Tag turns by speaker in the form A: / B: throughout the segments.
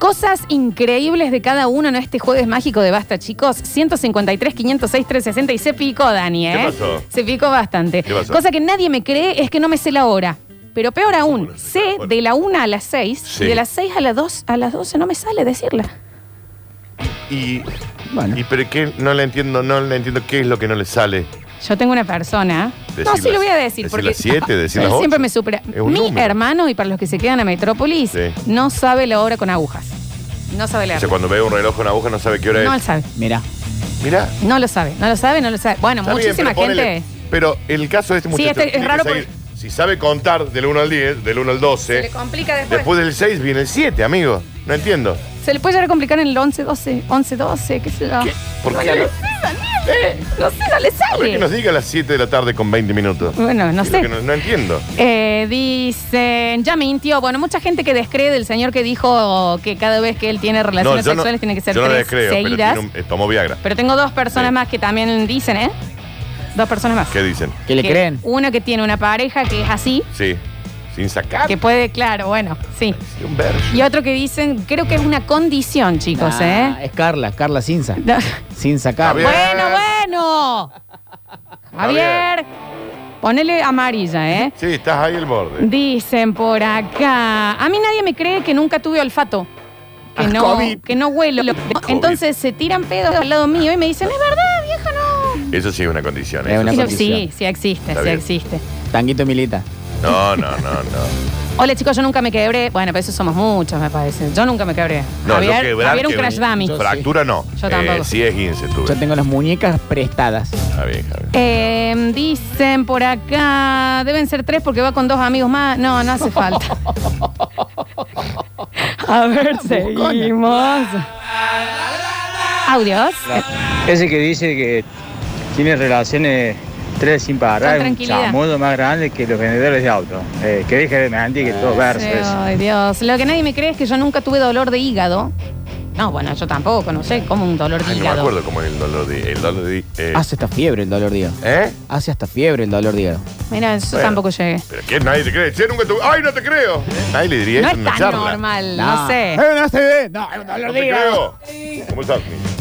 A: Cosas increíbles de cada uno en este jueves mágico de Basta, chicos. 153, 506, 360 y se picó, Dani, ¿eh?
B: ¿Qué pasó?
A: Se picó bastante.
B: ¿Qué pasó?
A: Cosa que nadie me cree es que no me sé la hora. Pero peor aún,
B: no
A: sé
B: sé la hora?
A: de la 1 a las 6
B: Sí.
A: y de las 6 a las 2 a las 12 no me sale decirla.
B: Y,
C: Bueno.
B: y pero que no le entiendo, no le entiendo qué es lo que no le sale.
A: Yo tengo una persona.
B: Decir
A: no, sí
B: las-
A: lo voy a decir.
B: decir
A: porque
B: las siete, decir
A: él
B: las ocho.
A: Siempre me supera.
B: Es un
A: Mi
B: número.
A: hermano, y para los que se quedan a Metrópolis,
B: Sí.
A: no sabe la hora con agujas. No sabe la
B: O sea,
A: hora.
B: cuando ve un reloj con aguja no sabe qué hora
A: No lo
B: es.
A: sabe.
C: Mirá.
B: Mirá.
A: No lo sabe, no lo sabe, no lo sabe. Bueno,
B: Está bien,
A: muchísima
B: pero ponele-
A: gente.
B: Pero el caso de este
A: Sí,
B: muchacho.
A: este es
B: tiene que
A: raro
B: seguir. Si sabe contar del 1 al 10, del 1 al 12,
A: Se le complica después.
B: después del 6 viene el 7, amigo. No entiendo.
A: Se le puede llegar a complicar en el 11, 12, 11, 12, qué sé yo.
B: ¿Qué? ¿Por
A: no,
B: qué?
A: No lo sé, Daniel. No sé, no le
B: A ver que
A: sale.
B: nos diga a las 7 de la tarde con 20 minutos.
A: Bueno, no
B: Es lo
A: sé.
B: que No, no entiendo.
A: Eh, dicen, ya mintió. Bueno, mucha gente que descree del señor que dijo que cada vez que él tiene relaciones
B: yo
A: sexuales tiene que ser
B: yo no
A: tres
B: le creo, pero
A: seguidas.
B: tiene
A: Pero,
B: un- eh, tomó Viagra.
A: tengo dos personas
B: Sí.
A: más que también dicen, ¿eh? Dos personas más.
B: ¿Qué dicen?
C: ¿Qué le
A: Que
C: creen?
A: Una que tiene una pareja que es así,
B: Sí. Sin sacar.
A: que puede, claro, bueno, sí.
B: Sí, un verso.
A: Y otro que dicen, creo que es una condición, chicos,
C: Nah,
A: ¿eh?
C: Ah, Es Carla, Carla Cinza.
A: No.
C: Cinza
B: A ver.
C: Carla.
A: Bueno, bueno. Javier, ponele amarilla, ¿eh?
B: Sí, estás ahí al borde.
A: Mm. Dicen por acá. A mí nadie me cree que nunca tuve olfato. Que
B: Ah,
A: no,
B: COVID.
A: que no huelo. Entonces se tiran pedos al lado mío y me dicen, es verdad, vieja, no.
B: Eso sí es una condición.
C: Es
B: eso
C: una
A: Y
B: sí.
A: yo,
C: condición.
A: sí, sí existe,
B: Está
A: sí
B: bien.
A: existe.
C: Tanguito Milita.
B: No, no, no, no.
A: Hola chicos, yo nunca me quebré. Bueno, pero eso somos muchos, me parece. Yo nunca me quebré.
B: No,
A: Javier,
B: yo quebrar,
A: Javier un
B: quebrar.
A: crash dummy.
C: Yo-
B: Fractura no.
A: Yo tampoco.
B: Eh, sí es 15 tuve.
C: Yo tengo las muñecas prestadas.
B: Está bien, Javier.
A: Eh, dicen por acá, deben ser tres porque va con dos amigos más. No, no hace falta. A ver, seguimos. Audios.
D: Ese que dice que tiene relaciones tres sin
A: Con
D: parar, es un
A: tranquilidad.
D: chamudo más grande que los vendedores de autos. Eh, que deje de mentir que todo verso eso.
A: Ay, Dios. Lo que nadie me cree es que yo nunca tuve dolor de hígado. No, bueno, yo tampoco, no sé, como un dolor de
B: Ay, no me
A: hígado.
B: acuerdo cómo es el dolor de. El dolor de eh,
A: Ah,
C: Hace hasta fiebre el dolor, Diego.
B: ¿Eh?
C: Hace hasta fiebre el dolor, Diego.
A: Mira, yo
B: Bueno.
A: tampoco llegué.
B: ¿Pero qué? Nadie te cree. Che, nunca tuve. ¡Ay, no te creo! Nadie le diría
A: No
B: eso en
A: es
B: una
A: tan
B: charla.
A: normal, no sé.
C: Eh, no se ve. No, es un
B: No
C: dolor de
B: te
C: hígado.
B: creo. ¿Cómo estás?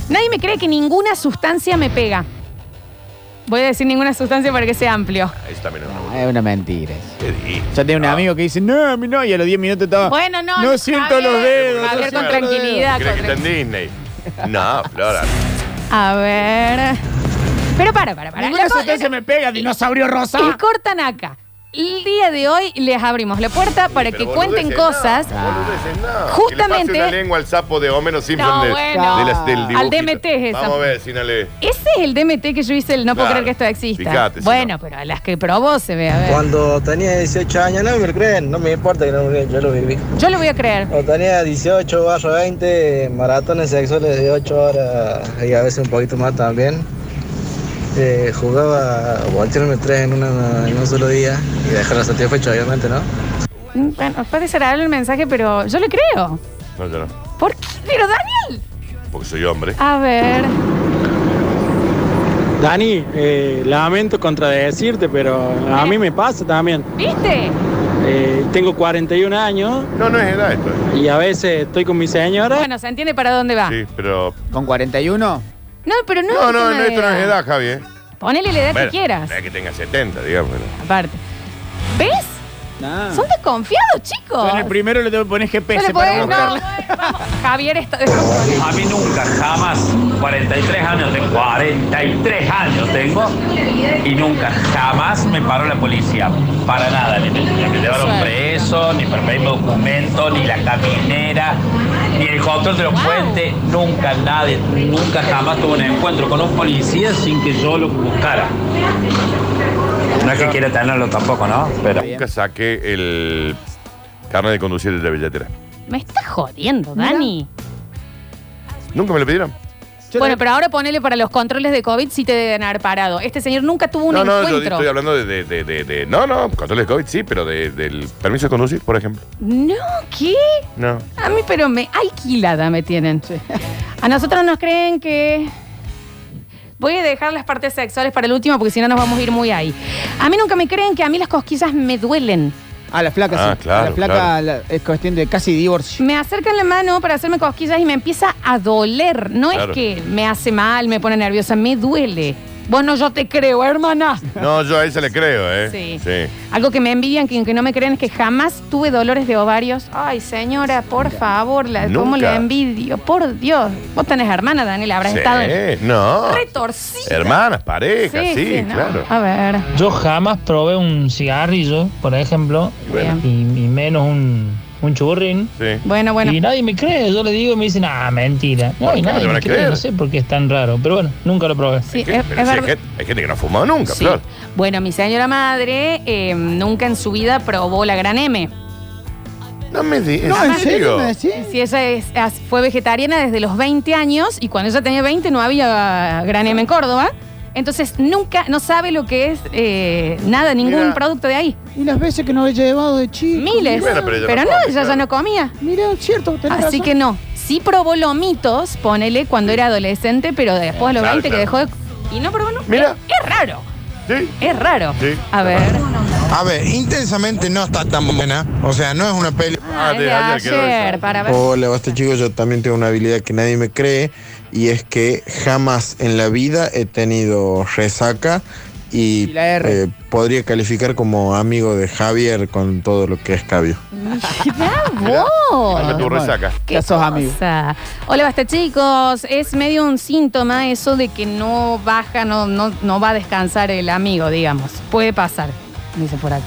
A: Nadie me cree que ninguna sustancia me pega. Voy a decir ninguna sustancia para que sea amplio.
B: Eso también es una
C: No,
B: buena.
C: Ah, es una mentira. eso.
B: ¿Qué dices?
C: Yo tengo un
B: No.
C: amigo que dice, no, a mí no, y a los 10 minutos estaba.
A: Bueno, no,
C: No
A: Javier,
C: siento los
A: Javier,
C: dedos. no
A: con
C: siento los
A: tranquilidad.
B: ¿Crees que está en Disney? No, Flora.
A: A ver. Pero para, para,
C: dedos.
A: para.
C: Ninguna
A: La co-
C: sustancia me
A: eh,
C: pega, dinosaurio rosa.
A: el cortan acá. El día de hoy les abrimos la puerta para que
B: Pero
A: cuenten
B: boludeces,
A: cosas.
B: No, boludeces, no.
A: Justamente-
B: Que le pase una lengua al sapo de Homero Simpson
A: No,
B: de,
A: bueno.
B: de las- del dibujito.
A: Al DMT es esa.
B: Vamos a ver, Sinale.
A: Ese es el DMT que yo hice, el no puedo
B: Claro.
A: creer que esto exista.
B: Fíjate, si
A: bueno,
B: no.
A: pero a las que probó se ve, a ver.
E: Cuando tenía 18 años, no me creen, no me importa que no me creen, yo lo viví.
A: Yo lo voy a creer.
E: Cuando tenía 18 barra 20, maratones sexuales de 8 horas y a veces un poquito más también. Eh, jugaba a voltearme tres en, una- en un solo día y dejarlo satisfecho, obviamente, ¿no?
A: Mm, Bueno, puede ser algo el mensaje, pero yo lo creo.
B: No, yo no.
A: ¿Por qué? Pero Daniel.
B: Porque soy hombre.
A: A ver.
F: Dani, eh, lamento contradecirte, pero a mí me pasa también.
A: ¿Viste?
F: Eh, tengo 41 años
B: No, no es edad esto. ¿eh?
F: y a veces estoy con mi señora.
A: Bueno, se entiende para dónde va.
B: Sí, pero.
C: ¿Con 41?
A: No, pero no.
B: No,
A: es
B: no,
A: tema
B: no,
A: de
B: esto no es edad, ¿eh? Javier.
A: Ponele la edad que quieras.
B: No es que tenga 70, digamos.
A: Aparte. ¿Ves?
C: No.
A: Son desconfiados, chicos.
C: Yo en el primero le tengo que poner
A: No
C: GPS
A: le
C: para
A: pueden- no,
C: buscarla.
A: bueno, vamos. Javier está desconfiado.
G: A mí nunca, jamás, 43 años tengo, 43 años tengo, y nunca, jamás me paró la policía. Para nada, ni me, ni me llevaron
A: Suerte.
G: preso, ni para pedirme documentos, ni la caminera, ni el control de los
A: Wow.
G: puentes. Nunca, nadie, nunca, jamás tuve un encuentro con un policía sin que yo lo buscara. No es que quiera tenerlo tampoco, ¿no? Pero.
B: Nunca saqué el carnet de conducir de la billetera.
A: Me está jodiendo, Dani.
B: Nunca me lo pidieron.
C: Yo
A: bueno,
C: le-
A: pero ahora ponele para los controles de COVID si te deben haber parado. Este señor nunca tuvo un
B: no, no, yo
A: encuentro.
B: estoy hablando de, de, de, de- de- No, no, controles de COVID sí, pero de- del permiso de conducir, por ejemplo.
A: No, ¿qué?
B: No.
A: A mí, pero me alquilada me tienen. A nosotros nos creen que. Voy a dejar las partes sexuales para el último porque si no nos vamos a ir muy ahí. A mí nunca me creen que a mí las cosquillas me duelen.
C: A la flaca,
B: Ah,
C: sí.
B: claro,
C: a la flaca
B: claro.
C: la- es cuestión de casi divorcio.
A: Me acercan la mano para hacerme cosquillas y me empieza a doler. No
B: Claro.
A: es que me hace mal, me pone nerviosa, me duele. Bueno, yo te creo, hermana.
B: No, yo a ella le creo, ¿eh?
A: Sí.
B: Sí.
A: Algo que me envían, que, que no me creen, es que jamás tuve dolores de ovarios. Ay, señora, por favor, la, ¿cómo
B: Nunca.
A: la envidio? Por Dios. Vos tenés hermana, Daniel, habrás
B: Sí,
A: estado en-
B: No.
A: retorcida.
B: Hermanas, parejas, sí,
A: no. Ah.
B: claro.
A: A ver.
H: Yo jamás probé un cigarrillo, por ejemplo,
B: Bueno.
H: y, y menos un, un churrín.
B: Sí.
A: Bueno, bueno.
H: Y nadie me cree, yo le digo y me dicen, ah, mentira. No,
B: Bueno,
H: y
B: ¿cómo te
H: nadie
B: van a
H: me cree,
B: creer?
H: no sé por qué es tan raro. Pero bueno, nunca lo probé.
A: Sí,
B: ¿Qué?
A: es-
B: Pero
A: es
B: si hay,
A: verdad.
B: gente, hay gente que no ha fumado nunca,
A: Sí.
B: Flor.
A: Bueno, mi señora madre eh, nunca en su vida probó la gran M.
B: No me digas.
C: No, ¿en serio? ¿Me
B: Sí,
C: decís?
A: Si ella es- as- fue vegetariana desde los 20 años y cuando ella tenía 20 no había gran M en Córdoba. Entonces nunca, no sabe lo que es eh, nada, ningún
B: Mira.
A: producto de ahí.
C: Y las veces que nos he llevado de chico.
A: Miles.
B: Y bueno, pero ella
A: pero
B: no
A: no,
B: come,
A: ella ya
B: claro.
A: no comía.
C: Mira, cierto, tenés
A: Así
C: razón.
A: que no. Sí probó lomitos, ponele, cuando era adolescente, pero después a los
B: Claro,
A: 20 que dejó
B: claro.
A: de... Y no probó no.
B: Mira.
A: Es, es raro.
B: sí.
A: Es raro.
B: Sí.
A: A ver.
I: A ver, intensamente no está tan buena. O sea, no es una peli.
A: Ah,
B: Ah,
A: es
B: de
A: de
B: ayer quedó Oh.
A: ayer,
B: eso.
A: para ver.
I: Hola, basta chicos, yo también tengo una habilidad que nadie me cree y es que jamás en la vida he tenido resaca y,
C: Y la R.
I: eh, podría calificar como amigo de Javier con todo lo que es cabio.
A: Mirá vos.
B: Acá tu resaca.
A: Qué
C: Ya sos
A: cosa.
C: amigo.
A: Hola, basta chicos. Es medio un síntoma eso de que no baja, no, no, no va a descansar el amigo, digamos. Puede pasar, dice por aquí.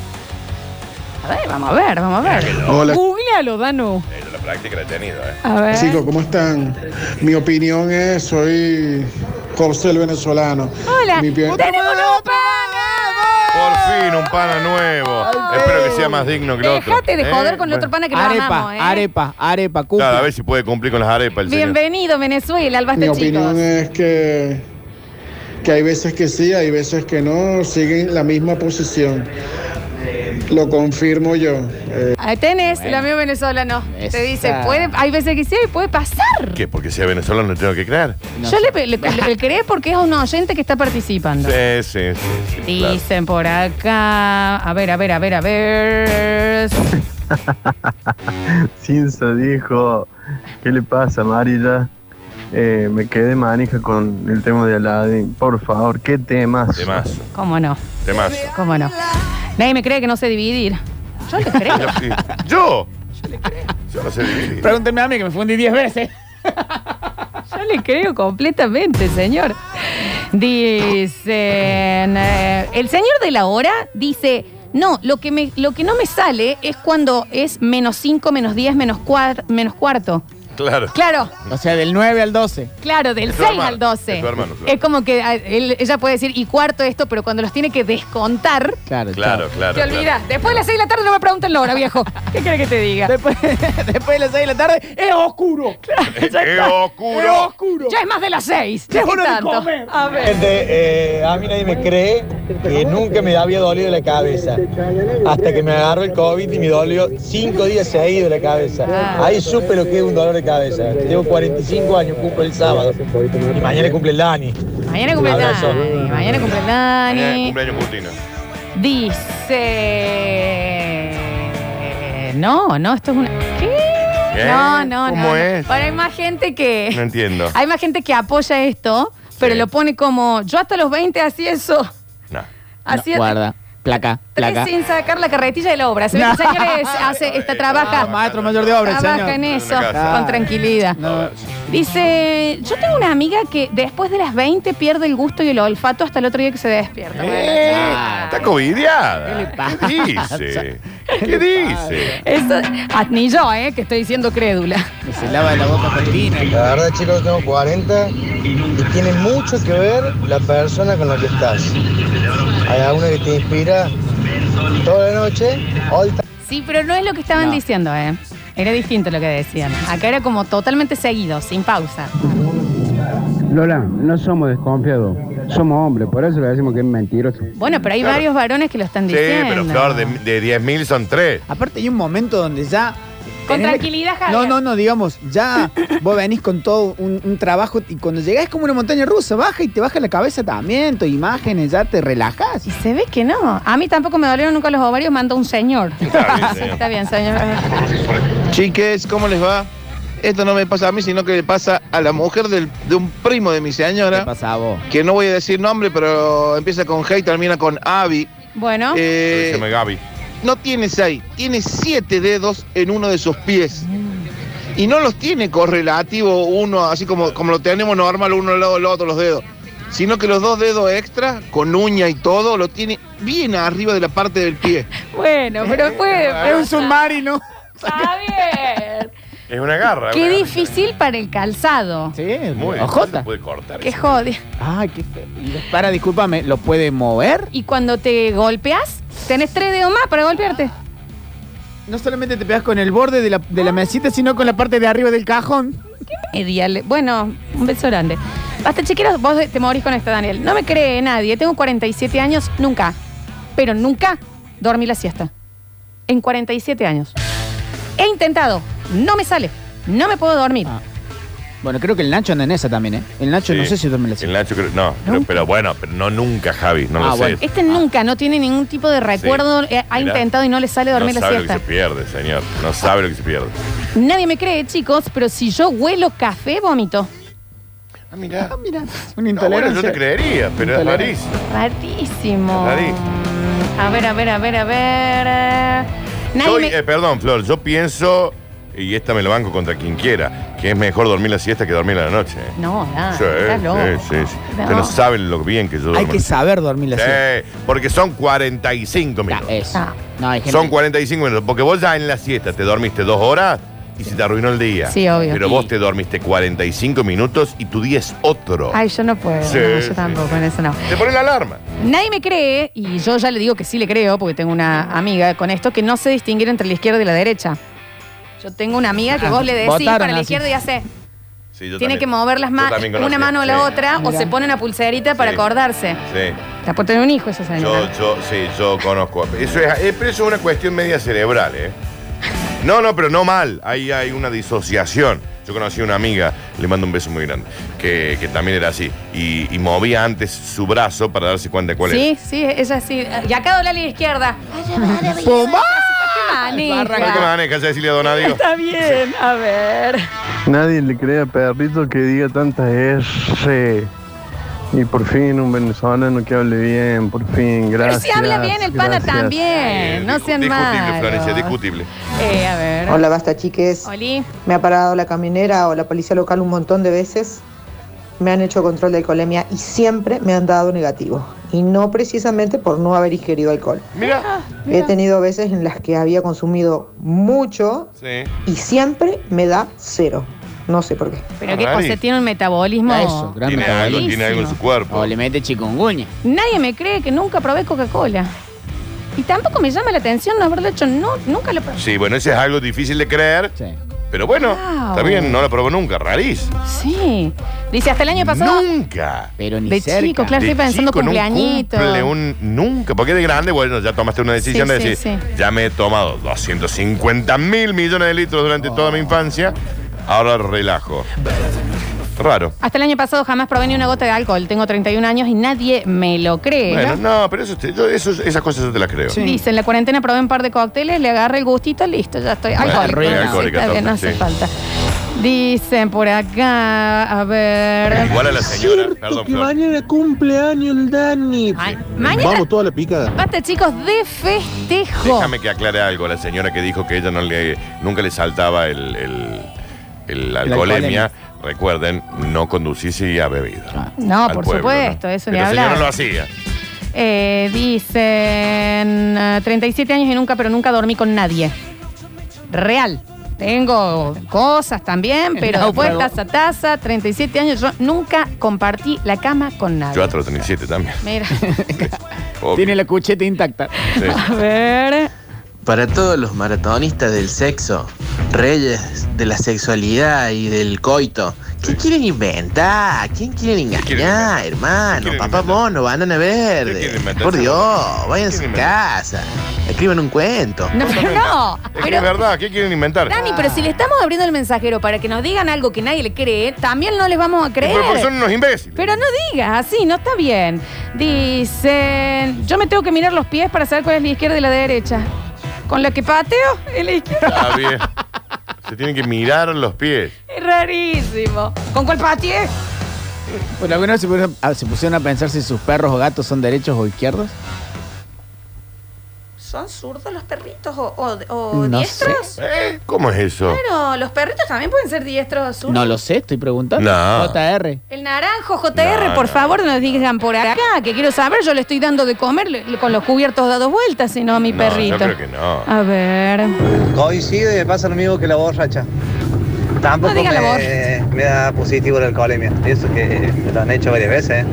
A: A ver, vamos a ver, vamos a ver.
J: Hola.
A: Googlealo, Danu.
B: Eh, yo la práctica la he tenido, ¿eh?
A: A ver.
J: Chicos, ¿cómo están? Mi opinión es, soy corcel venezolano.
A: Hola.
J: Mi pi-
A: ¡Tenemos nuevo pana!
B: Por fin, un pana nuevo. Espero que sea más digno que el otro.
A: Dejate de joder
B: Eh,
A: con el otro
B: bueno.
A: pana que lo amamos,
C: Arepa,
A: ¿eh?
C: arepa, arepa, cumple.
B: Claro, a ver si puede cumplir con las arepas el señor.
A: Bienvenido, Venezuela, al
J: Mi
A: basta chicos.
J: opinión es que, que hay veces que sí, hay veces que no, siguen la misma posición. Lo confirmo yo. Eh,
A: Ahí tenés, el amigo venezolano.
C: Esa.
A: Te dice, puede, hay veces que sí y puede pasar.
B: ¿Qué? Porque sea venezolano no tengo que creer.
A: Yo le, le, le- le creé porque es un oyente que está participando.
B: Sí, sí, sí. sí, claro.
A: Dicen por acá. A ver, a ver, a ver, a ver.
D: Cinza dijo, ¿qué le pasa, Marilla? Eh, me quedé manija con el tema de Aladdin. Por favor, qué temas.
B: Temazo,
A: ¿Cómo no?
B: temazo.
A: ¿Cómo no? Nadie me cree que no sé dividir. Yo le creo.
B: Yo, sí. yo. Yo no sé dividir.
C: Pregúntenme a mí que me fundí 10 veces.
A: Yo le creo completamente, señor. Dicen. eh, el señor de la hora dice. No, lo que, me, lo que no me sale es cuando es menos 5, menos 10, menos, cuar- menos cuarto.
B: Claro.
A: Claro,
C: O sea, del 9 al 12.
A: Claro, del
B: Es tu
A: 6
B: hermano,
A: al 12.
B: es tu hermano, claro.
A: Es como que ah, él- ella puede decir y cuarto esto, pero cuando los tiene que descontar,
C: Claro,
B: Claro, claro.
A: te olvidas. Después de las 6 de la tarde no me preguntan la hora, viejo. ¿Qué querés que te diga?
C: Después, después de las 6 de la tarde, es oscuro.
B: Es oscuro.
C: oscuro.
A: Ya es más de las 6.
C: Ya es hora de comer.
A: A ver.
E: Gente, eh, a mí nadie me cree que nunca me había dolido la cabeza. Hasta que me agarró el COVID y me dolió cinco días seguidos la cabeza.
A: Ah.
E: Ahí supe lo que es un dolor de cabeza. Llevo 45 años, cumplo el sábado. Y mañana cumple el Dani.
A: Mañana cumple el
E: Abrazo.
A: Dani. Mañana cumple el
B: Eh,
A: Dani.
B: cumpleaños Curtino.
A: Dice. No, no, esto es una. ¿Qué?
B: ¿Qué?
A: No, no, no.
B: ¿Cómo
A: no.
B: es?
A: Pero hay más gente que.
B: No entiendo.
A: Hay más gente que apoya esto, pero
B: Sí.
A: lo pone como. Yo hasta los 20 hacía eso.
B: No.
A: Hacía.
C: No, guarda, placa, placa.
A: Tres sin sacar la carretilla de la obra. Se ve que el señor es- hace, está, trabaja,
C: Ah, maestro mayor de obra, el
A: trabaja
C: señor.
A: en eso
B: Una casa.
A: con tranquilidad.
C: No,
A: Dice, yo tengo una amiga que después de las 20 pierde el gusto y el olfato hasta el otro día que se despierta.
B: Eh,
A: Ay.
B: Está covidiada. ¿Qué dice? ¿Qué dice?
A: Eso, ah, ni yo, eh, que estoy diciendo crédula.
C: que se lava la boca con vino.
E: La verdad, chicos, tengo 40 y tiene mucho que ver la persona con la que estás. Hay alguna que te inspira toda la noche, hoy
A: Sí, pero no es lo que estaban
C: No.
A: diciendo, eh. Era distinto lo que decían. Acá era como totalmente seguido, sin pausa.
J: Lola, no somos desconfiados, somos hombres, por eso le decimos que es mentiroso.
A: Bueno, pero hay
B: Claro.
A: varios varones que lo están
B: Sí,
A: diciendo.
B: pero Flor, de, de 10.000 son 3.
C: Aparte hay un momento donde ya
A: Con
C: Tenés-
A: tranquilidad, Javier.
C: No, no, no, digamos, ya vos venís con todo un, un trabajo y cuando llegás es como una montaña rusa, baja y te baja la cabeza también, tus imágenes, ya te relajas.
A: Y se ve que no. A mí tampoco me dolieron nunca los ovarios, manda un señor.
B: Está bien,
A: Sí,
B: señor.
A: Está bien, señor.
K: Chiques, ¿cómo les va? Esto no me pasa a mí, sino que le pasa a la mujer del- de un primo de mi señora,
C: pasa a vos?
K: que no voy a decir nombre, pero empieza con G y termina con Avi.
A: Bueno.
K: Eh,
B: Dígame, Gaby.
K: no tiene seis, tiene siete dedos en uno de sus pies. Y no los tiene correlativo uno, así como, como lo tenemos normal uno al lado del otro, los dedos. Sino que los dos dedos extra, con uña y todo, lo tiene bien arriba de la parte del pie.
A: Bueno,
B: eh,
A: pero fue.
C: Es un submarino.
A: Javier.
B: Es una garra.
A: Qué
B: una garra.
A: difícil para el calzado.
C: Sí,
B: Muy bien. No se
C: ojota.
B: puede cortar.
A: Qué
B: eso.
A: jode.
C: Ay, qué feo. Y Para, discúlpame, ¿lo puede mover?
A: Y cuando te golpeas, tenés tres dedos más para golpearte.
C: No solamente te pegas con el borde de la, de la mesita, sino con la parte de arriba del cajón.
A: Medial. Bueno, un beso grande. Basta, chiqueros, vos te morís con esta, Daniel. No me cree nadie. Tengo 47 años, nunca. Pero nunca dormí la siesta. En 47 años. He intentado. No me sale. No me puedo dormir.
C: Ah. Bueno, creo que el Nacho anda en esa también, ¿eh? El Nacho no
B: Sí.
C: sé si duerme la
B: El
C: siesta.
B: Nacho, creo- no, pero, pero bueno, pero no nunca, Javi, no
C: Ah,
B: lo
C: bueno.
B: sé.
A: Este nunca, no tiene ningún tipo de recuerdo. eh, Ha
B: Mirá.
A: intentado y no le sale dormir
B: no
A: la
B: sabe
A: siesta.
B: lo que se pierde, señor. No sabe lo que se pierde.
A: Nadie me cree, chicos, pero si yo huelo café, vómito.
B: Ah, mirá.
C: Ah, mira, una
B: No, bueno, yo
C: intolerancia.
B: te creería, pero es
C: Intolerancia.
B: rarísimo.
A: Rarísimo. Mm,
B: Rarísimo.
A: A ver, a ver, a ver, a ver. eh. Nadie
B: Soy-
A: me-
B: eh, perdón, Flor, yo pienso, y esta me la banco contra quien quiera, que es mejor dormir la siesta que dormir a la noche.
A: No, nada.
B: sí,
A: Ah, estás loco.
B: sí, sí, sí.
A: No.
B: Ustedes no saben lo bien que yo duermo.
C: Hay que saber dormir la siesta.
B: Sí, porque son 45 minutos.
C: Ya, eso.
A: Ah.
C: No, hay gente-
B: Son 45 minutos, porque vos ya en la siesta te dormiste dos horas y se te arruinó el día.
A: Sí, obvio.
B: Pero
A: Y-
B: vos te dormiste 45 minutos y tu día es otro.
A: Ay, yo no puedo.
B: Sí,
A: no,
B: sí.
A: yo tampoco, en eso no.
B: Te pones la alarma.
A: Nadie me cree, y yo ya le digo que sí le creo, porque tengo una amiga con esto, que no sé distinguir entre la izquierda y la derecha. Yo tengo una amiga que
C: Ah,
A: vos le decís
C: votaron
A: para la
C: así.
A: izquierda y hace.
B: Sí, yo
A: Tiene
B: también-
A: que mover las
B: yo
A: manos,
B: también
A: una
B: conocía.
A: mano a la
B: Sí,
A: otra, o
C: Mirá.
A: se pone una pulserita para
B: Sí.
A: acordarse.
B: Sí.
A: Está por tener un hijo esa señora.
B: Yo, yo, sí, yo conozco. Eso es, eh, pero eso es una cuestión media cerebral, ¿eh? No, no, pero no mal. Ahí hay una disociación. Yo conocí a una amiga, le mando un beso muy grande, que, que también era así. Y, y movía antes su brazo para darse cuenta de cuál
A: sí, sí, ella sí. Y acá dobla a la izquierda.
C: ¡Pomá!
A: Así, ¿para qué
B: era. ¿Qué
A: maneja?
B: maneja? Ya decirle a Don Adiós.
A: Está bien, a ver.
D: Nadie le cree a perrito que diga tantas R. Y por fin un venezolano que hable bien, por fin,
A: Pero
D: gracias.
A: si habla bien el pana
D: gracias.
A: también. no
B: Eh, Discu-
A: sean
B: Discutible, Florencia,
A: malos.
B: discutible.
A: Eh, a ver.
L: Hola, basta chiques.
A: Oli.
L: Me ha parado la caminera o la policía local un montón de veces. Me han hecho control de alcoholemia y siempre me han dado negativo. Y no precisamente por no haber ingerido alcohol.
B: Mira.
L: He tenido veces en las que había consumido mucho
B: Sí.
L: y siempre me da cero. No sé por qué.
A: Pero que
B: Rari.
A: o sea, tiene un metabolismo.
C: Ya eso, gran
B: Tiene algo,
C: metabolismo.
B: tiene algo en su cuerpo.
C: O le mete chikungunya.
A: Nadie me cree que nunca probé Coca-Cola. Y tampoco me llama la atención no haberlo hecho. No, nunca lo probé.
B: Sí, bueno, ese es algo difícil de creer.
C: Sí.
B: Pero bueno,
A: Wow.
B: también no la probó nunca. Rariz.
A: Sí. Dice, hasta el año pasado.
B: Nunca.
C: Pero ni
A: De
C: cerca.
A: chico, claro,
B: De
A: estoy pensando
B: chico, en un
A: cumpleañito.
B: cumple, un- nunca, porque de grande, bueno, ya tomaste una decisión
A: Sí,
B: de
A: sí,
B: decir,
A: sí.
B: ya me he tomado 250 mil millones de litros durante toda mi infancia, ahora relajo. Raro.
A: Hasta el año pasado jamás probé ni una gota de alcohol. Tengo 31 años y nadie me lo cree.
B: Bueno, no, pero eso, te- yo- eso- esas cosas yo te las creo.
C: Sí.
A: Dice, en la cuarentena probé un par de cócteles, le agarré el gustito, listo, ya estoy.
B: Bueno,
A: Alcohólico.
C: arruina.
A: Sí,
B: Alcohólica,
A: está bien, no
B: entonces,
A: hace
B: sí.
A: falta. Dicen por acá, a ver.
B: Igual a la señora, perdón, Flor.
F: mañana cumpleaños el Dani.
A: Ay, mañana,
F: toda la picada.
A: basta chicos, de festejo.
B: Déjame que aclare algo. La señora que dijo que ella no le, nunca le saltaba el, el- el alcoholemia, recuerden, no conducirse y a bebida.
A: No,
B: Al
A: por
B: pueblo,
A: supuesto, eso ni
B: Pero La señora
A: hablar.
B: lo hacía.
A: Eh, dicen, eh, 37 años y nunca, pero nunca dormí con nadie. Real. Tengo cosas también, pero después
C: náufrago.
A: taza a taza, 37 años, yo nunca compartí la cama con nadie.
B: Yo hasta los 37 también.
A: Mira,
B: Obvio.
C: Tiene la cucheta intacta.
B: Sí.
A: a ver.
M: Para todos los maratonistas del sexo, reyes de la sexualidad y del coito. ¿Quién quieren inventar? ¿Quién quieren engañar, hermano? Papá mono, banana verde. Por Dios, vayan a su casa. Escriban un cuento.
A: No, pero no.
B: Es que es verdad, ¿qué quieren inventar?
A: Dani, pero si le estamos abriendo el mensajero para que nos digan algo que nadie le cree, también no les vamos a creer.
B: Pero son unos imbéciles.
A: Pero no digas así, no está bien. Dicen, yo me tengo que mirar los pies para saber cuál es la izquierda y la derecha. Con la que pateo, es la izquierda.
B: Está Ah, bien. Se tienen que mirar los pies.
A: Es rarísimo. ¿Con cuál pateé?
C: Bueno, alguna vez se pusieron, a, se pusieron a pensar si sus perros o gatos son derechos o izquierdos.
A: ¿Son zurdos los perritos o, o- o
C: No
A: diestros?
B: ¿Eh? ¿Cómo es eso?
A: Claro, los perritos también pueden ser diestros o zurdos.
C: No lo sé, estoy preguntando.
B: No.
C: JR.
A: El naranjo, JR,
C: No,
A: por
C: no.
A: favor, nos digan por acá, que quiero saber, yo le estoy dando de comer le- con los cubiertos dados vueltas, sino a mi perrito.
B: no.
A: A ver.
E: Coincide, me pasa lo mismo que la borracha. Tampoco
A: No diga la
E: me, me da positivo la alcoholemia. Y Eso que me lo han hecho varias veces. ¿eh?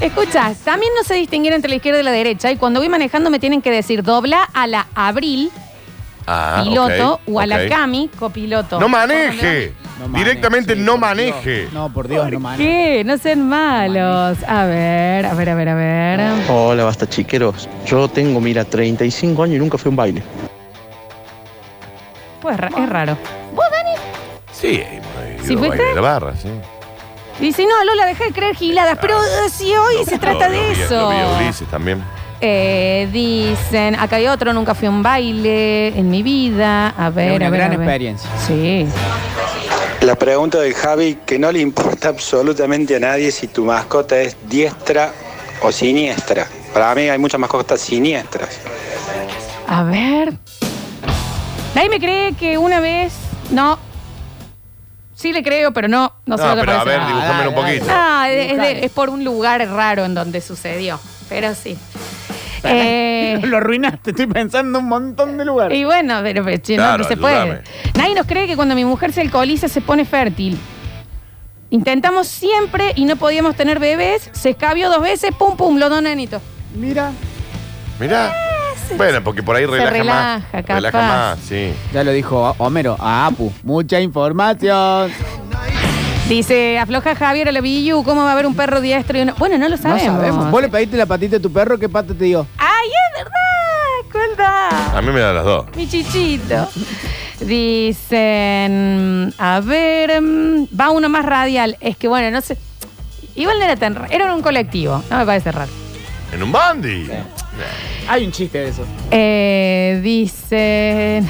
A: Escucha, también no sé distinguir entre la izquierda y la derecha, y cuando voy manejando me tienen que decir dobla a la Abril,
B: Ah,
A: piloto,
B: ok,
A: o a la
B: ok.
A: Cami, copiloto.
B: No maneje. Directamente no maneje.
C: No, por Dios, no maneje.
A: ¿Qué? No sean malos. A ver, a ver, a ver, a ver.
N: Hola, basta chiqueros. Yo tengo, mira, 35 años y nunca fui a un baile.
A: Pues ra- es raro. ¿Vos, Dani?
B: Sí,
A: ¿Sí
B: yo
A: fuiste?
B: bailo la barra, sí.
A: Dice, no, Lola, deja de creer giladas, pero eh, si hoy se trata
B: Ah, Lo- lo
A: de
B: vi-
A: eso.
B: Lo vi a Ulises también.
A: Eh, dicen, acá hay otro, nunca fui a un baile en mi vida. A ver,
O: una
A: a ver.
O: gran
A: a ver.
O: experiencia.
A: Sí.
O: La pregunta de Javi, que no le importa absolutamente a nadie si tu mascota es diestra o siniestra. Para mí hay muchas mascotas siniestras.
A: A ver. Nadie me cree que una vez. No. Sí le creo, pero no. No,
B: No,
A: sé dónde
B: pero a
A: aparece.
B: ver, dibujamelo un poquito.
A: No, es, es de- es por un lugar raro en donde sucedió. Pero sí. Eh,
C: Lo arruinaste, estoy pensando en un montón de lugares.
A: y bueno, pero, pero, che, no,
C: Claro,
A: no se puede.
C: ayúdame.
A: Nadie nos cree que cuando mi mujer se alcoholiza se pone fértil. Intentamos siempre y no podíamos tener bebés. Se escabió dos veces, pum, pum, lo donanito.
C: Mira.
B: Mirá. Bueno, porque por ahí
A: Se
B: relaja, más.
A: relaja, capaz.
B: Relaja más, sí.
C: Ya lo dijo Homero, a Apu. Mucha información.
A: Dice, afloja Javier a la Biyu, ¿cómo va a haber un perro diestro y uno? Bueno, no lo
C: No
A: sabemos.
C: sabemos. Vos le pediste la patita a tu perro, ¿qué pata te dio?
A: ¡Ay, es verdad! ¿Cuál da?
B: A mí me da las dos.
A: Mi chichito. Dicen, a ver, mm, va uno más radial. Es que bueno, no sé. Igual no era tan raro. Era en un colectivo, no me parece raro.
B: En un bandi.
C: Hay un chiste de eso.
A: Eh, dicen.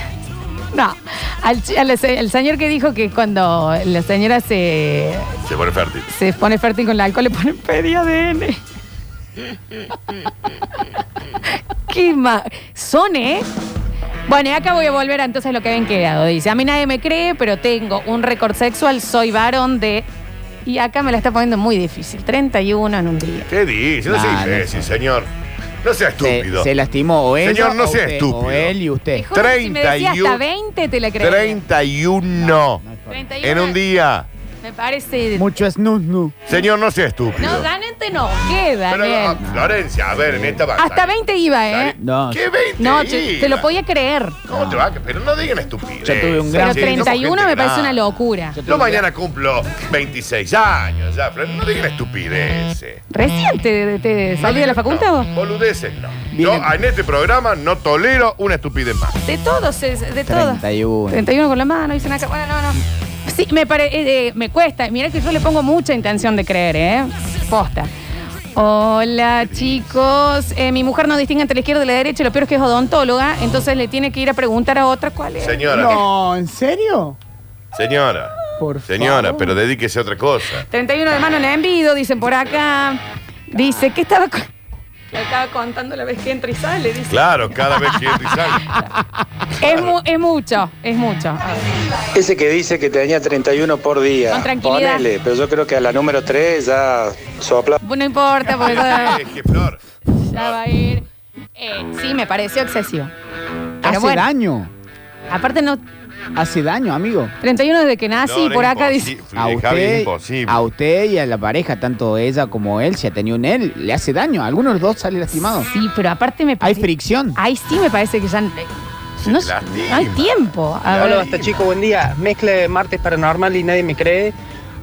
A: No, al, chi- al se- el señor que dijo que cuando la señora se,
B: Se pone fértil.
A: se pone fértil con el alcohol le ponen pedi ADN. Qué ma- Son, ¿eh? Bueno, y acá voy a volver a entonces lo que habían quedado. Dice, a mí nadie me cree, pero tengo un récord sexual, soy varón de... Y acá me la está poniendo muy difícil. 31 en un día.
B: ¿Qué dice? No,
C: No,
B: sé
C: no
B: imbécil, señor. No sea estúpido.
C: Se lastimó o él.
B: Señor, no
C: o
B: sea
C: usted,
B: estúpido.
C: O él y usted.
A: Juro que si me decía hasta 20 te la creía.
B: 31.
A: 31.
B: En un día.
A: Me parece...
C: Mucho es no.
B: Señor, no sea estúpido.
A: No, ganete no, queda,
B: Pero, ah, Florencia, a ver, en esta batalla.
A: Hasta 20 iba, ¿eh?
C: No.
B: ¿Qué 20?
A: No, te, te lo
B: iba?
A: podía creer.
B: ¿Cómo te va a- Pero no digan estupidez.
C: Yo tuve
A: Pero
C: un
B: Sí, somos
A: 31
B: gente
A: me parece
B: grande.
A: una locura.
B: Yo mañana cumplo 26 años ya, pero no digan estupideces.
A: ¿Recién te, te salí de la facultad vos?
B: Boludeces no. Yo en este programa no tolero una estupidez más.
A: De todos, es- de todos.
C: 31.
A: 31 con la mano, dicen acá. Bueno, no, no. Sí, me, pare, eh, eh, me cuesta. Mira que yo le pongo mucha intención de creer, ¿eh? Posta. Hola chicos, Eh, mi mujer no distingue entre la izquierda y la derecha, y lo peor es que es odontóloga, entonces le tiene que ir a preguntar a otra cuál es.
B: Señora,
C: No, ¿en serio?
B: señora,
C: Por
B: señora, pero dedíquese a otra cosa.
A: 31 de mano en envido, dicen por acá. Dice, ¿qué estaba, co- la estaba contando la vez que entra y sale? Dice.
B: Claro, cada vez que entra y sale.
A: Es, mu- es mucho, es mucho. A ver.
O: Ese que dice que tenía 31 por día.
A: Con tranquilidad.
O: Ponele, pero yo creo que a la número 3 ya sopla.
A: No importa, porque ya,
B: Es que Flor,
A: ya va a ir. Eh, sí, me pareció excesivo. Pero
C: Hace
A: bueno.
C: daño.
A: Aparte, no,
C: Hace daño, amigo.
A: 31 desde que nací,
C: Flor,
A: Ah, por
C: es
A: acá
C: imposi-
A: dice.
C: A
B: Javi, es
C: usted,
B: imposible.
C: a usted y a la pareja, tanto ella como él, si ha tenido un él, le hace daño. Algunos de los dos salen lastimados.
A: Sí, Ah, pero aparte me
C: parece. Hay fricción.
A: Ahí sí me parece que ya. eh, No, s- no hay tiempo. A
P: Hola,
A: ver.
P: basta este chico, buen día. Mezcla de martes paranormal y nadie me cree.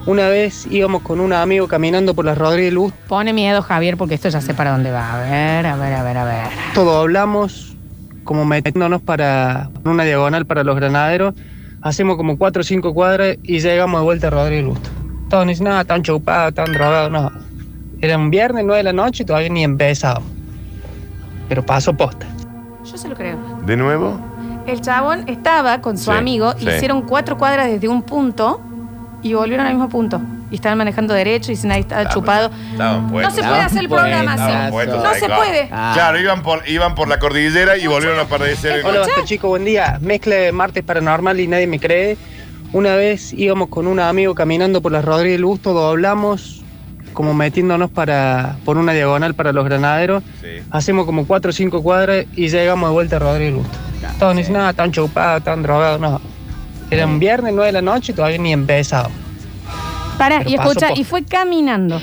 P: Una vez íbamos con un amigo caminando por la Rodríguez Luz.
A: Pone miedo, Javier, porque esto ya sé para dónde va. A ver, a ver, a ver, a ver.
P: Todo hablamos, como metiéndonos para una diagonal para los granaderos. Hacemos como cuatro o cinco cuadras y llegamos de vuelta a Rodríguez Luz. Todos dicen, nada, tan chupados, tan drogados, no. Era un viernes, nueve de la noche y todavía ni empezábamos. Pero paso posta.
A: Yo se lo creo.
B: ¿De nuevo?
A: El chabón estaba con su
B: Sí,
A: amigo,
B: sí.
A: hicieron cuatro cuadras desde un punto y volvieron al mismo punto. Y estaban manejando derecho y dicen ahí está chupado.
B: Estaban puestos.
A: se puede hacer el programa así.
B: Estaban puestos,
A: No
B: ahí
A: se
B: va.
A: puede.
B: Claro, iban por, iban por la cordillera y volvieron a aparecer en
P: Hola, basta chico, buen día. Mezcla de martes paranormal y nadie me cree. Una vez íbamos con un amigo caminando por la Rodríguez Luz, todos hablamos, como metiéndonos para, por una diagonal para los granaderos. Hacemos como cuatro o cinco cuadras y llegamos de vuelta a Rodríguez Luz.
A: Ah,
P: Todos dicen, nada, tan chupados, tan drogados, no. Era un viernes, nueve de la noche y todavía ni empezado.
A: Pará,
P: Pero
A: y
P: paso
A: escucha,
P: posta.
A: y fue caminando.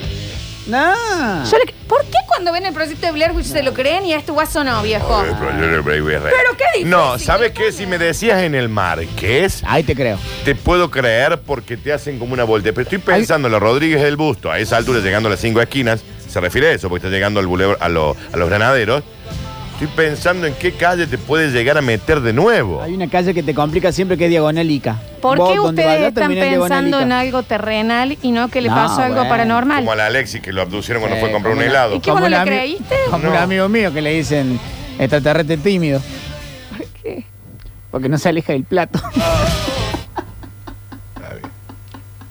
B: Ah.
C: No.
A: Yo le- ¿Por qué cuando ven el proyecto de Blair Witch se lo creen y a este guaso no, viejo?
B: ¿Pero
A: qué dices?
B: No, ¿sabes qué? Si me decías en el Marqués.
C: Ahí te creo.
B: Te puedo creer porque te hacen como una vuelta. Pero estoy pensando en los Rodríguez del Busto, a esa altura llegando a las cinco esquinas. Se refiere a eso, porque está llegando al bulevar- a, lo- a los granaderos. Estoy pensando en qué calle te puedes llegar a meter de nuevo.
C: Hay una calle que te complica siempre que es diagonal Ica.
A: ¿Por
C: Vos,
A: qué
C: donde vayas,
A: ustedes están
C: terminás en diagonal
A: pensando
C: Ica.
A: en algo terrenal y no que le
C: No,
A: pasó algo
C: bueno.
A: paranormal?
B: Como a la Alexis que lo abducieron cuando
C: Sí,
B: fue a comprar un
C: como una-
B: helado.
A: ¿Y qué vos
C: Como
A: no le
C: la mi-
A: creíste?
C: Como un amigo mío que le dicen extraterrestre tímido.
A: ¿Por qué?
C: Porque no se aleja del plato.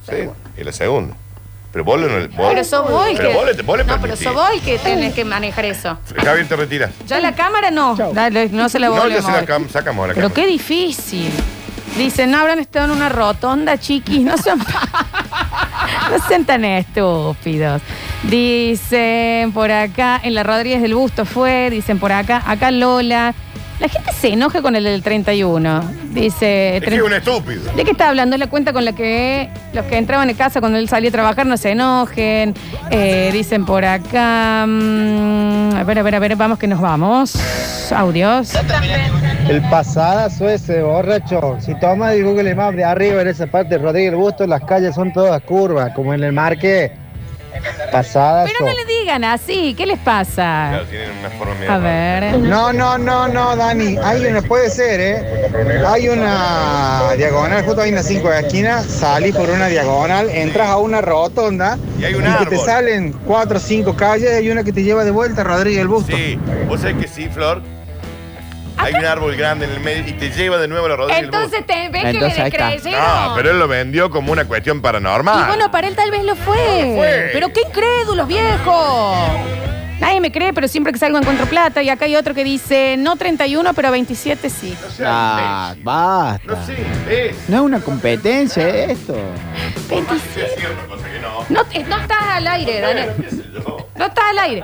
B: Sí, y la segunda. Pero vos, no- vos-
A: Pero sos vos el
B: Pero
A: que.
B: vos le, vos le
A: no, pero
B: permitís.
A: sos vos el que tenés que manejar eso.
B: Javier, te retiras.
A: Ya la cámara no. Dale, no se la
B: No,
A: volvemos.
B: ya se la cam- sacamos a la
A: Pero
B: cámara.
A: qué difícil. Dicen, no habrán estado en una rotonda, chiquis. No sean, no sean tan estúpidos. Dicen por acá, en la Rodríguez del Busto fue, dicen por acá, acá Lola. La gente se enoja con el del 31. Dice.
B: Es que es un estúpido.
A: ¿De qué está hablando? Es la cuenta con la que los que entraban en casa cuando él salía a trabajar no se enojen. Eh, dicen por acá. mm, a ver, a ver, a ver, vamos que nos vamos. Audios.
Q: El pasadazo ese, borracho. Si tomas el Google Maps de arriba en esa parte de Rodríguez Busto, las calles son todas curvas, como en el marque. Pasadazo.
A: Pero no le digan así, ¿qué les pasa?
B: Tienen una forma medio
A: A ver.
Q: No, no, no, no, Dani. Hay una, puede ser, ¿eh? Hay una diagonal, justo hay unas cinco esquinas, salís por una diagonal, entras a una rotonda y,
B: hay un
Q: que
B: árbol.
Q: te salen cuatro o cinco calles y hay una que te lleva de vuelta a Rodríguez del Busto.
B: Sí, vos sabés que sí, Flor. Hay un árbol grande en el medio y te lleva de nuevo a la Rodríguez. del
A: Entonces te ven que
B: Entonces,
A: le
B: ahí está.
A: descreyeron.
B: Busto. No, pero él lo vendió como una cuestión
A: Y
B: paranormal.
A: bueno, para él tal vez lo fue.
B: fue.
A: Pero qué incrédulos, viejo. Nadie me cree, pero siempre que salgo encuentro plata. Y acá hay otro que dice, no 31, pero 27 sí.
C: Ah, basta. No es una competencia esto.
A: 27. No, eh, no estás al aire, Daniel. No estás al aire.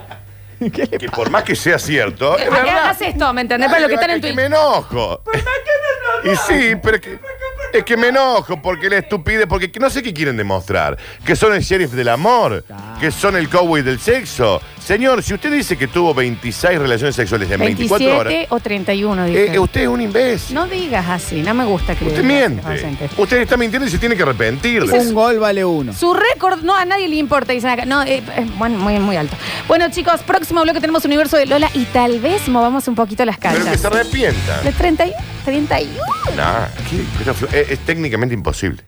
B: Que por más que sea cierto, es
A: Acá
B: verdad.
A: hagas esto, ¿me entendés? Para los que están en
B: Es que
A: Twitch.
B: me enojo. Y sí, pero es que, es que me enojo porque la estupidez, porque no sé qué quieren demostrar. Que son el sheriff del amor, que son el cowboy del sexo. Señor, si usted dice que tuvo 26 relaciones sexuales en 24 horas,
A: 27 o 31, dije.
B: Eh, eh, usted es un imbécil.
A: No digas así, no me gusta que
B: usted miente. Usted está mintiendo y se tiene que arrepentir.
A: Y se- Un
C: gol vale uno.
A: Su récord, no, a nadie le importa, dicen acá. No, eh, eh, bueno, muy, muy alto. Bueno, chicos, próximo bloque tenemos Universo de Lola y tal vez movamos un poquito las
B: Pero que
A: canchas.
B: se arrepienta.
A: De 31, 31.
B: Nah, ¿qué? Pero, Flor, eh, es técnicamente imposible.